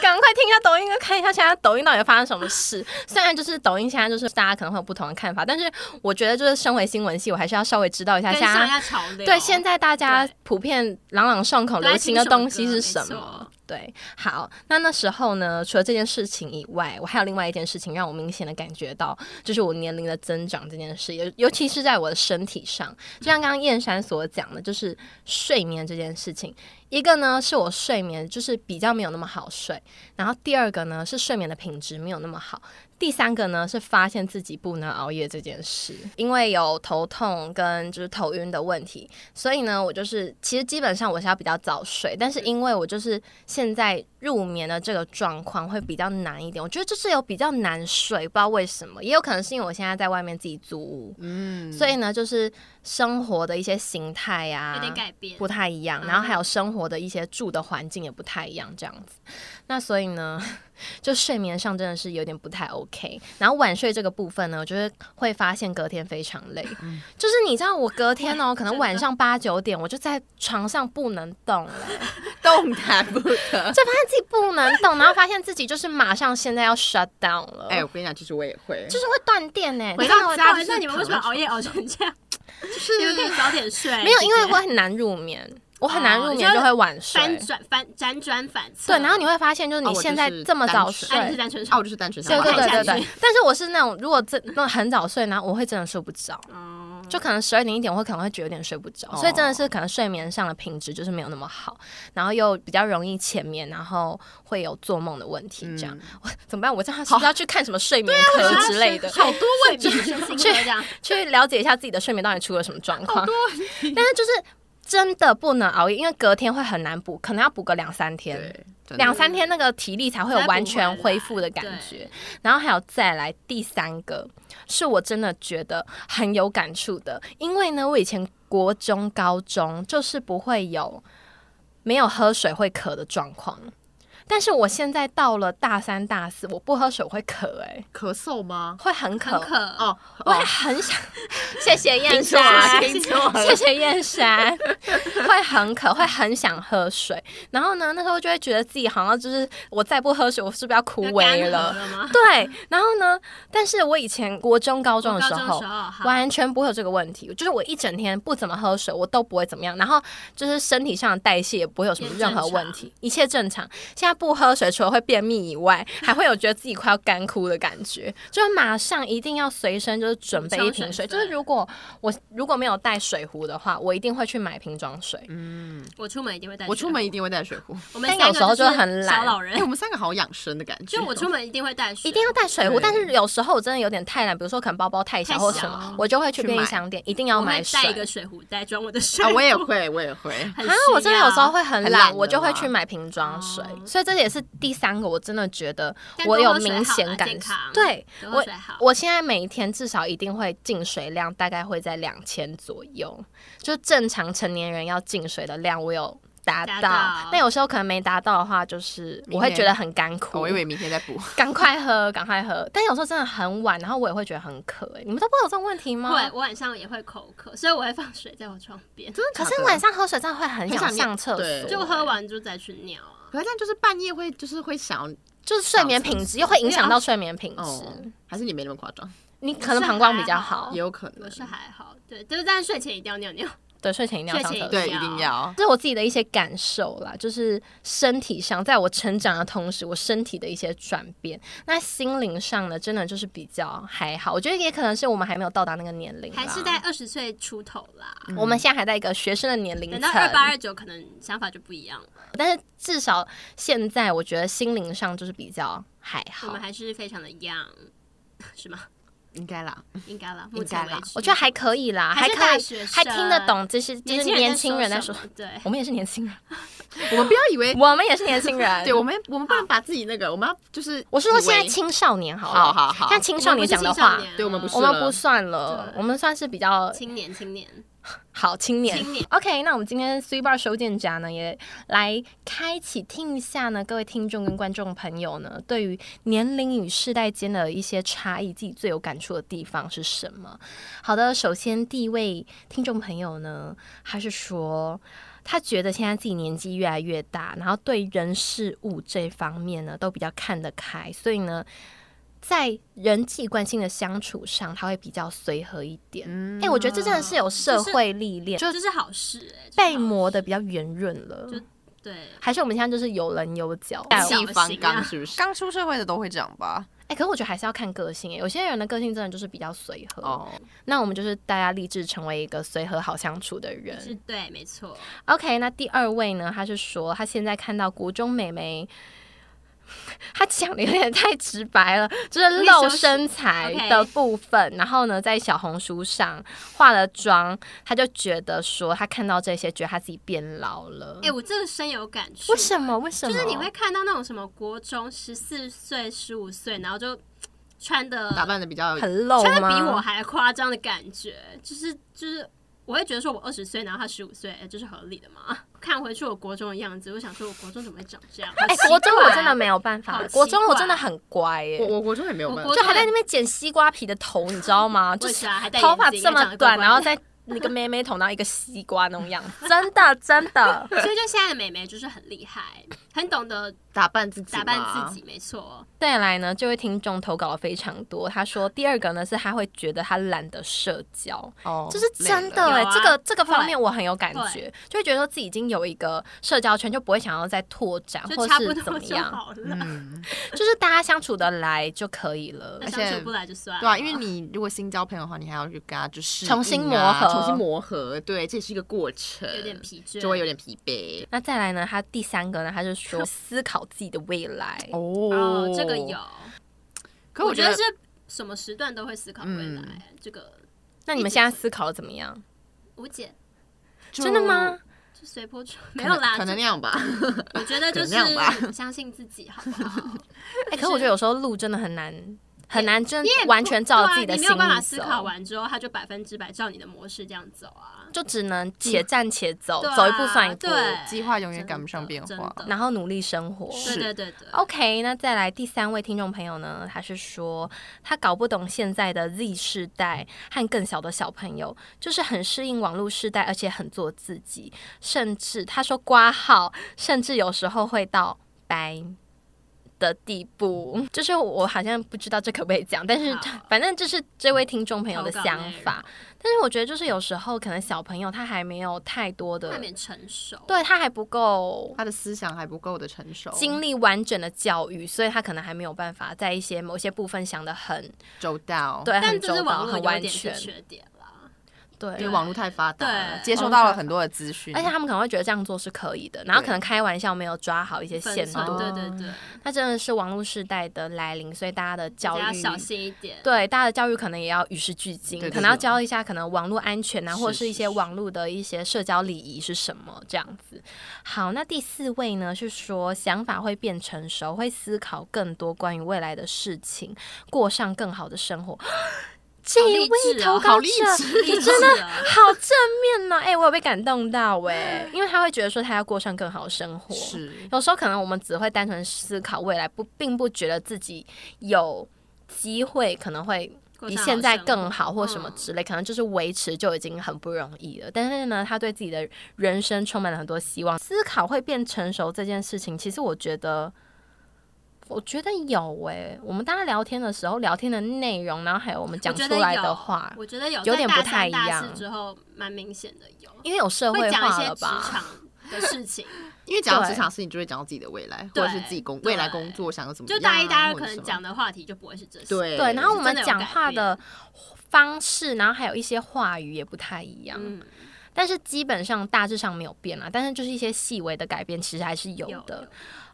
S1: 赶快听一下抖音歌，看一下现在抖音到底发生什么事。虽然就是抖音现在就是大家可能会有不同的看法，但是我觉得就是身为新闻系，我还是要稍微知道一下
S3: 跟
S1: 现在
S3: 上一下潮流。
S1: 对，现
S3: 在
S1: 在大家
S3: 对
S1: 普遍朗朗上口
S3: 都在
S1: 流
S3: 听
S1: 行的
S3: 什么
S1: 东西
S3: 歌
S1: 是
S3: 没
S1: 什么
S3: 错？
S1: 对，好，那那时候呢，除了这件事情以外，我还有另外一件事情让我明显的感觉到，就是我年龄的增长这件事，尤尤其是在我的身体上，就像刚刚燕山所讲的，就是睡眠这件事情。一个呢是我睡眠就是比较没有那么好睡，然后第二个呢是睡眠的品质没有那么好，第三个呢是发现自己不能熬夜这件事，因为有头痛跟就是头晕的问题，所以呢我就是其实基本上我是要比较早睡，但是因为我就是现在入眠的这个状况会比较难一点，我觉得就是有比较难睡，不知道为什么，也有可能是因为我现在在外面自己租屋，
S2: 嗯，
S1: 所以呢就是生活的一些形态呀、
S3: 有点改变
S1: 不。太一样，
S3: 嗯
S1: 然后还有生活的一些住的环境也不太一样，这样子。那所以呢， 就睡眠上真的是有点不太 OK。然后晚睡这个部分呢，我就是会发现隔天非常累，
S3: 嗯
S1: 就是你知道我隔天哦，可能晚上八九点我就在床上不能动了，
S2: 动弹不得。
S1: 就发现自己不能动，然后发现自己就是马上现在要 shut down 了，
S2: 哎，我跟你讲，其实我也会，
S1: 就是会断电呢、欸。
S3: 回
S1: 你知道
S3: 到
S1: 我
S3: 家
S1: 到底，
S3: 那你们为什么熬夜熬 成这样？你们可以早点睡。
S1: 没有，因为
S3: 姐姐
S1: 我很难入眠，我很难
S3: 哦
S1: 入
S3: 你
S1: 眠
S3: 就
S1: 就会晚睡。
S3: 翻转翻辗转反侧。
S1: 对，然后你会发现，就是
S2: 哦
S1: 你
S2: 我
S1: 现
S2: 就
S1: 在
S2: 是
S1: 这么
S2: 单
S1: 早
S2: 纯
S1: 睡，
S3: 啊，你是单纯
S2: 啊，我就是单纯想
S1: 对对
S2: 玩
S1: 对
S3: 下
S1: 对
S3: 去
S1: 对，但是我是那种如果真那很早睡呢，我会真的睡不着，
S3: 哦，
S1: 就可能十二点一点，我会可能会觉得有点睡不着，
S2: 哦
S1: 所以真的是可能睡眠上的品质就是没有那么好，然后又比较容易浅眠，然后会有做梦的问题，这样、我怎么办？我这样是不是要去看什么睡眠科
S3: 啊
S1: 之类的？
S3: 好多 问题，身心这样。
S1: 去了解一下自己的睡眠到底出了什么状况。 但是就是真的不能熬夜，因为隔天会很难补，可能要补个两三天。
S2: 对，真的
S1: 两三天那个体力才会有完全恢复的感觉。然后还有再来第三个，是我真的觉得很有感触的，因为呢，我以前国中、高中就是不会有没有喝水会渴的状况。但是我现在到了大三、大四，我不喝水我会渴、哎，
S2: 咳嗽吗？
S1: 会很渴，
S3: 很渴哦。
S2: 哦
S1: 我
S2: 哦
S1: 也，很想。谢谢燕
S2: 听说了
S3: 啊
S1: 山，
S2: 听 说 了
S1: 谢谢燕山，会很渴，会很想喝水。然后呢，那时候就会觉得自己好像就是我再不喝水，我是不是要枯
S3: 要干
S1: 萎
S3: 涸
S1: 了？
S3: 了吗？
S1: 对，然后呢？但是我以前国中、高中的时
S3: 我高中，
S1: 候
S3: 的时候，
S1: 完全不会有这个问题，就是我一整天不怎么喝水，我都不会怎么样，然后就是身体上的代谢也不会有什么任何问题，一切正常。现在不喝水，除了会便秘以外， 还会有觉得自己快要干枯的感觉，就是马上一定要随身就是准备一瓶水，
S3: 补充水分
S1: 就是如果我如果没有带水壶的话，我一定会去买瓶装水。
S2: 嗯，
S3: 我出门一定会带水。
S2: 我出门一定会带水壶。
S3: 我们
S1: 但
S3: 三
S1: 有
S3: 个
S1: 时候
S3: 就
S1: 就是很懒
S3: 小老人
S2: 哎，我，们三个好养生的感觉。
S3: 就我出门一定会带水，
S1: 一定要带水壶，
S2: 对
S1: 但是有时候我真的有点太懒，比如说可能包包太小
S3: 太
S1: 或什
S3: 小
S1: 么，我就会去
S2: 去
S1: 便利
S2: 买
S1: 商店，一定要
S3: 我会
S1: 买水。
S3: 带一个水壶袋装我的水
S2: 啊，
S3: 壶。
S2: 我也会，我也会。
S3: 很
S1: 啊，
S3: 需
S1: 我真的有时候
S3: 要，
S1: 会很
S2: 很
S1: 懒，
S2: 懒
S1: 我
S2: 的
S1: 就会
S2: 啦
S1: 去买瓶装水，
S3: 哦
S1: 所以这也是第三个，我真的觉得
S3: 但
S1: 我
S3: 多
S1: 有
S3: 喝水
S1: 明
S3: 好啦
S1: 显感
S3: 健康
S1: 对
S3: 多喝
S1: 我
S3: 水好，
S1: 我现在每一天至少一定会进水量大概会在两千左右，就正常成年人要进水的量，我有达
S3: 达
S1: 到
S3: 到，
S1: 但有时候可能没达到的话，就是我
S2: 明
S1: 会觉
S2: 天
S1: 得很干
S2: 哦
S1: 枯，
S2: 我以为明天再补。
S1: 赶快喝，赶快喝，但有时候真的很晚，然后我也会觉得很渴、欸，你们都不会有这种问题吗？
S3: 会，我晚上也会口渴，所以我会放水在我床边，
S1: 可
S2: 假
S1: 是
S2: 的
S1: 晚上喝水真的会
S2: 很
S1: 很想
S2: 想念
S1: 上厕
S2: 对
S1: 所，欸
S3: 就喝完就再去尿啊。
S2: 可是这样就是半夜会，就是会想要，
S1: 就是睡眠品质，又会影
S3: 啊
S1: 响到睡眠品质。
S2: 哦，还是你没那么夸张，
S1: 你可能膀胱比较好
S2: 也，有可
S3: 我
S2: 能。
S3: 是还好，对，就是但是睡前一定要尿尿，
S1: 对，睡前一定要上厕
S3: 睡前
S1: 所。
S2: 对，一定要。
S1: 这是我自己的一些感受啦，就是身体上，在我成长的同时，我身体的一些转变。那心灵上呢，真的就是比较还好。我觉得也可能是我们还没有到达那个年龄啦，
S3: 还是在二十岁出头啦。
S1: 我们现在还在一个学生的年龄
S3: 等
S1: 层
S3: 到。二八二九，可能想法就不一样了。
S1: 但是至少现在，我觉得心灵上就是比较还
S3: 我
S1: 好嗯
S3: 们。还是非常的 young，是吗？
S2: 应该啦，
S3: 应该啦，目
S2: 应
S3: 前
S2: 该
S3: 为
S2: 啦
S3: 止，
S1: 我觉得还可以啦，还
S3: 还是
S1: 可
S3: 大
S1: 以
S3: 学，生
S1: 还听得懂这些，就是年轻人在说
S3: 什，么对，
S1: 我们也是年轻人，
S2: 我们不要以为，
S1: 我们也是年轻 人，
S2: 对我们我们不能把自己那个，我们要就是以为，
S1: 我是说现在青少年好
S2: 好
S1: 了，
S2: 好好
S1: 像青少年讲的话，
S2: 对我们不是
S1: 我
S2: 青少年
S1: 们不算了，
S3: 对
S1: 我们算是比较
S3: 啊青年青年，
S1: 好青年。
S3: 青年
S1: OK，那我们今天 C Bar 收件夹呢，也来开启听一下呢，各位听众跟观众朋友呢，对于年龄与世代间的一些差异，自己最有感触的地方是什么？好的，首先第一位听众朋友呢，他是说。他觉得现在自己年纪越来越大，然后对人事物这方面呢都比较看得开，所以呢，在人际关系的相处上，他会比较随和一点。哎、
S2: 嗯
S1: 我觉得这真的是有社
S3: 就是
S1: 会历练，
S3: 这是好事哎，这是
S1: 被
S3: 好
S1: 磨的比较圆润了，
S3: 就对，
S1: 还是我们现在就是有棱有角。
S3: 但
S1: 哎、
S3: 小
S2: 气方
S3: 心啊
S2: 刚是不是？刚出社会的都会这样吧？
S1: 可是我觉得还是要看个性、哎，有些人的个性真的就是比较随和。
S2: 哦，
S1: 那我们就是大家立志成为一个随和好相处的
S3: 是
S1: 人。
S3: 对，没错，
S1: OK，那第二位呢？他是说他现在看到国中美眉。 他讲的有点太直白了，就是露身材的部分。然后呢，在小红书上化了妆，他就觉得说他看到这些，觉得他自己变老了。
S3: 哎，我这个深有感触，
S1: 嗯为什么？为什么？
S3: 就是你会看到那种什么国中十四岁、十五岁，然后就穿的
S2: 打扮的比较
S1: 很露吗？
S3: 穿的比我还夸张的感觉，就是就是。我会觉得说，我二十岁，然后他十五岁，哎，这是合理的吗？看回去我国中的样子，我想说，我国中怎么会长这样？
S1: 哎、
S2: 奇
S1: 国中我
S2: 怪
S1: 真的没有办法
S3: 好，
S1: 国
S3: 奇
S1: 中我
S3: 怪
S1: 真的很乖耶、
S2: 我我国中也没有办法
S3: 我国，
S1: 就还在那边剪西瓜皮的头，你知道吗？就
S3: 也是啊还戴
S1: 头
S3: 眼
S1: 发
S3: 镜
S1: 这
S3: 还
S1: 么
S3: 长得怪
S1: 短，
S3: 怪
S1: 然后
S3: 的
S1: 再那个妹妹头，然后一个西瓜那种样子， 真的真 的。
S3: 所以就现在的美眉就是很厉害，很懂得
S2: 打扮自己，啊
S3: 打扮自。己，没错。
S1: 再来呢，这位听众投稿了非常多，他说第二个呢是他会觉得他懒得社交。
S2: 哦，
S1: 这是真的
S2: 累了
S1: 哎、
S3: 有啊
S1: 这个这个方
S3: 会
S1: 面我很有感觉，就会觉得说自己已经有一个社交圈，就不会想要再拓展
S3: 就
S1: 或
S3: 差不
S1: 是怎
S3: 多
S1: 么
S3: 就
S1: 样，
S3: 好了。
S2: 嗯，
S1: 就是大家相处得来就可以了
S3: 那。
S2: 且
S3: 相处不来就算了。
S2: 对啊，因为你如果新交朋友的话，你还要去跟他就是
S1: 重新磨合
S2: 重新磨合，对，这也是一个过程，
S3: 有点疲倦，
S2: 就会有点疲惫。
S1: 那再来呢，他第三个呢，他 就说思考自己的未来。
S3: 哦，这个有。。
S2: 可我
S3: 觉
S2: 觉
S3: 得
S2: 得嗯
S3: 是什么时段都会思考未来，这个
S1: 那你们现在思考的怎么样？
S3: 无解，
S2: 就
S1: 真的吗？
S3: 就随波逐
S2: 可
S3: 没
S2: 能
S3: 有啦。
S2: 可能那样吧。
S3: 就我觉得就
S2: 可能那样吧
S3: 是相信自己，好不好？
S1: 哎、可是我觉得有时候路真的很难很难真
S3: 你也不
S1: 完全照
S3: 对啊
S1: 自己的
S3: 你
S1: 心
S3: 没
S1: 意
S3: 有办法思考
S1: 走，
S3: 完之后，他就百分之百照你的模式这样走啊，
S1: 就只能且战且走，
S3: 对啊
S1: 走一步算一步，
S3: 对
S2: 计划永
S3: 真
S2: 远
S3: 的
S2: 赶不上变
S3: 真
S2: 化。
S3: 的
S1: 然后努力生活。
S3: 对
S2: 是
S3: 对对对。
S1: OK，那再来第三位听众朋友呢，他是说他搞不懂现在的 Z 世代和更小的小朋友，就是很适应网络世代，而且很做自己，甚至他说挂号，甚至有时候会到掰。的地步，就是我好像不知道这可不可以讲，但是
S3: 好
S1: 反正这是这位听众朋友的
S3: 投稿
S1: 想
S3: 内容
S1: 法。但是我觉得就是有时候可能小朋友他还没有太多的
S3: 他，没成熟，
S1: 对他还不够
S2: 他的思想还不够的成熟，
S3: 哦
S1: 经历完整的教育，所以他可能还没有办法在一些某些部分想的很
S2: 周到，，
S1: 对，
S3: 哦但
S1: 很
S3: 这
S1: 周
S3: 是
S1: 到、
S3: 网络
S1: 很
S3: 有
S1: 完
S3: 一点是
S1: 全，
S3: 缺点啦。
S1: 对
S2: 因为。网络太发达了，
S3: 对
S2: 接收到了很多的资讯，
S1: 而且他们可能会觉得这样做是可以的，然后可能开玩笑没有抓好一些
S3: 分
S1: 线
S3: 寸
S1: 度，
S3: 对对对，
S1: 那真的是网络时代的来临，所以大家的教
S3: 大家
S1: 育
S3: 小心一点。
S1: 对大家的教育可能也要与时俱进，
S2: 对对
S1: 可能要
S2: 对
S1: 教一下可能网络安全啊，
S2: 是
S1: 或者是一
S2: 是
S1: 些
S2: 是
S1: 网络的一些社交礼仪是什么这样子。好，那第四位呢是说想法会变成熟，会思考更多关于未来的事情，过上更好的生活。这
S3: 好
S1: 一
S3: 励
S1: 位
S3: 志
S1: 投
S3: 哦
S1: 稿
S3: 好
S1: 者
S3: 励，志，你真的
S1: 好正面呢、哎、我有被感动到哎、因为他会觉得说他要过上更好的生活，
S2: 是
S1: 有时候可能我们只会单纯思考未来，不并不觉得自己有机会可能会比现在更好或
S3: 嗯
S1: 什么之类，可能就是维持就已经很不容易了。但是呢，他对自己的人生充满了很多希望，思考会变成熟这件事情，其实我觉得。我觉得有诶、我们大家聊天的时候，聊天的内容，然后还有我们讲出来的话，
S3: 我觉得有，我觉得有
S1: 有点
S3: 在大
S1: 不太
S3: 三大
S1: 一样
S3: 四之后蛮明显的有，
S1: 因为有社
S3: 会
S1: 会
S3: 讲一
S1: 化
S3: 些
S1: 了
S3: 职
S1: 吧？
S3: 场的事情，
S2: 因为讲到
S1: 对
S2: 职场事情，就会讲到自己的未来，或
S3: 对
S2: 者是自己工
S3: 对
S2: 未来工作想要怎么
S3: 就
S2: 样，
S3: 大一、大二
S2: 或
S3: 可
S2: 者什
S3: 能
S2: 么
S3: 讲的话题就不会是这些。
S2: 对
S1: 对，然后我们
S3: 是真的有
S1: 讲话
S3: 改变
S1: 的方式，然后还有一些话语也不太一样。
S3: 嗯，
S1: 但是基本上大致上没有变啊啦，但是就是一些细微的改变，其实还是有
S3: 有
S1: 的。
S3: 有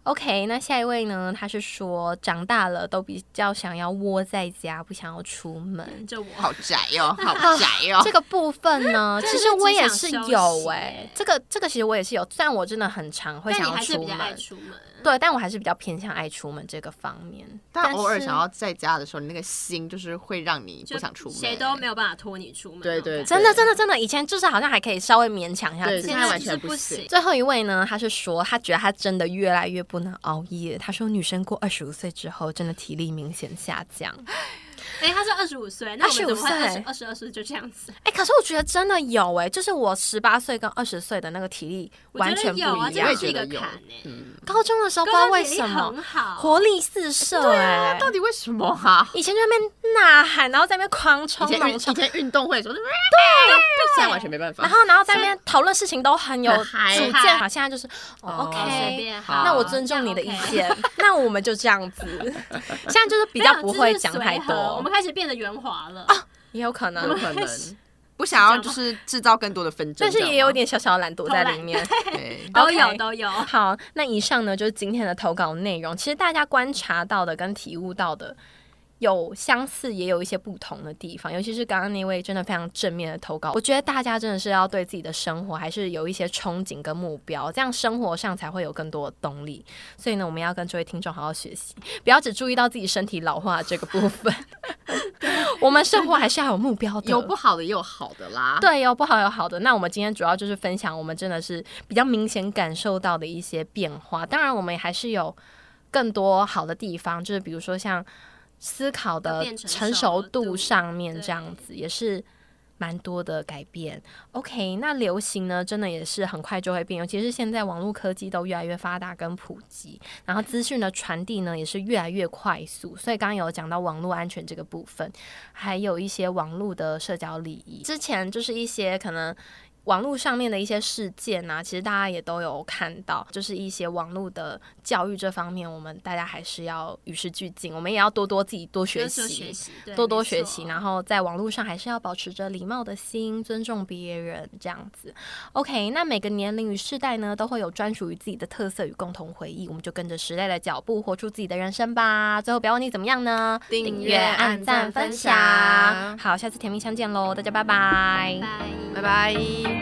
S1: OK，那下一位呢？他是说长大了都比较想要窝在家，不想要出门。
S3: 就我
S2: 好宅哦，好宅哦
S1: 这，个部分 呢，
S3: 真
S1: 其
S3: 的
S1: 实
S3: 是
S1: 我
S3: 只
S1: 也
S3: 想
S1: 是
S3: 休
S1: 有
S3: 息
S1: 哎、
S3: 耶
S1: 这个这个其实我也是有，但我真的很常会
S3: 但
S1: 想
S3: 你
S1: 要
S3: 还是
S1: 出
S3: 比较爱
S1: 门，
S3: 出门，
S1: 对，但我还是比较偏向爱出门这个方面。
S2: 但偶尔
S1: 是
S2: 想要在家的时候，你那个心就是会让你
S3: 就
S2: 不想出门，
S3: 谁都没有办法拖你出门那
S2: 对
S3: 种
S2: 对
S3: 感觉。
S1: 真的真的真的，以前就是好像还可以稍微勉强一下
S2: 对
S1: 自己
S2: 现
S3: 现
S2: 在
S3: 在
S2: 完
S3: 就
S2: 全
S3: 是
S2: 不
S3: 不
S2: 行
S3: 行。
S1: 最后一位呢，他是说他觉得他真的越来越不能熬夜。他说女生过二十五岁之后，真的体力明显下降。
S3: 哎，他是二十五岁，那我们怎么会
S1: 25
S3: 二
S1: 岁
S3: 十二十二岁就这样子？
S1: 哎、可是我觉得真的有哎、就是我十八岁跟二十岁的那个体力
S3: 我
S1: 完
S3: 觉
S1: 全
S3: 得
S1: 不一
S3: 有啊，
S1: 样。
S3: 这个是一
S2: 我
S3: 个
S2: 也觉得有
S3: 坎哎。
S2: 嗯，
S1: 高中的时候不知道
S3: 高中
S1: 为
S3: 体力
S1: 什么
S3: 很好，啊
S1: 活力四射哎、
S2: 到底为什么啊？
S1: 以前就在那边呐喊，然后在那边狂
S2: 以
S1: 冲
S2: 前运
S1: 猛
S2: 以
S1: 冲，
S2: 前运动会的时候，对，现在完全没办法
S1: 然。后然后在那边讨论事情都很有
S2: 很
S1: 主
S2: 嗨
S1: 见好，现在就是、哦、
S2: 哦
S3: 随
S1: OK，
S3: 便
S2: 好
S1: 那我尊重你的意。
S3: 这样 OK
S1: 见， 那我们就这样子。现在就是比较不会讲太
S3: 没有这是随和我
S1: 多哦
S3: 们，开始变得圆滑了。
S1: 也有可
S2: 有
S1: 能，
S2: 可能不想要就是制造更多的纷争，
S1: 但是
S2: 这样吗
S1: 也有点小小的懒惰在里面。
S2: 对
S3: 都有
S1: OK
S3: 都有，
S1: 好，那以上呢就是今天的投稿内容。其实大家观察到的跟体悟到的有相似，也有一些不同的地方。尤其是刚刚那位真的非常正面的投稿，我觉得大家真的是要对自己的生活还是有一些憧憬跟目标，这样生活上才会有更多的动力。所以呢，我们要跟这位听众好好学习，不要只注意到自己身体老化这个部分。我们生活还是要有目标的，
S2: 有不好的也有好的啦。
S1: 对，有不好有好的。那我们今天主要就是分享我们真的是比较明显感受到的一些变化。当然，我们也还是有更多好的地方，就是比如说像思考的
S3: 变成
S1: 成
S3: 熟
S1: 熟度
S3: 度
S1: 上面这
S3: 对
S1: 样子，也是。蛮多的改变，OK，那流行呢，真的也是很快就会变，尤其是现在网络科技都越来越发达跟普及，然后资讯的传递呢也是越来越快速，所以刚刚有讲到网络安全这个部分，还有一些网络的社交礼仪。之前就是一些可能。网络上面的一些事件啊，其实大家也都有看到，就是一些网络的教育这方面，我们大家还是要与时俱进，我们也要多多自己多学
S3: 就是
S1: 习，
S3: 说学习，对
S1: 多多学
S3: 没错
S1: 习，然后在网络上还是要保持着礼貌的心，尊重别人这样子。OK，那每个年龄与世代呢，都会有专属于自己的特色与共同回忆，我们就跟着时代的脚步，活出自己的人生吧。最后不要忘记怎么样呢？
S2: 订阅
S1: 按赞、
S2: 按赞
S1: 分
S2: 分享
S1: 好，下次甜蜜相见喽，大家拜拜
S2: 拜
S3: 拜
S2: 拜。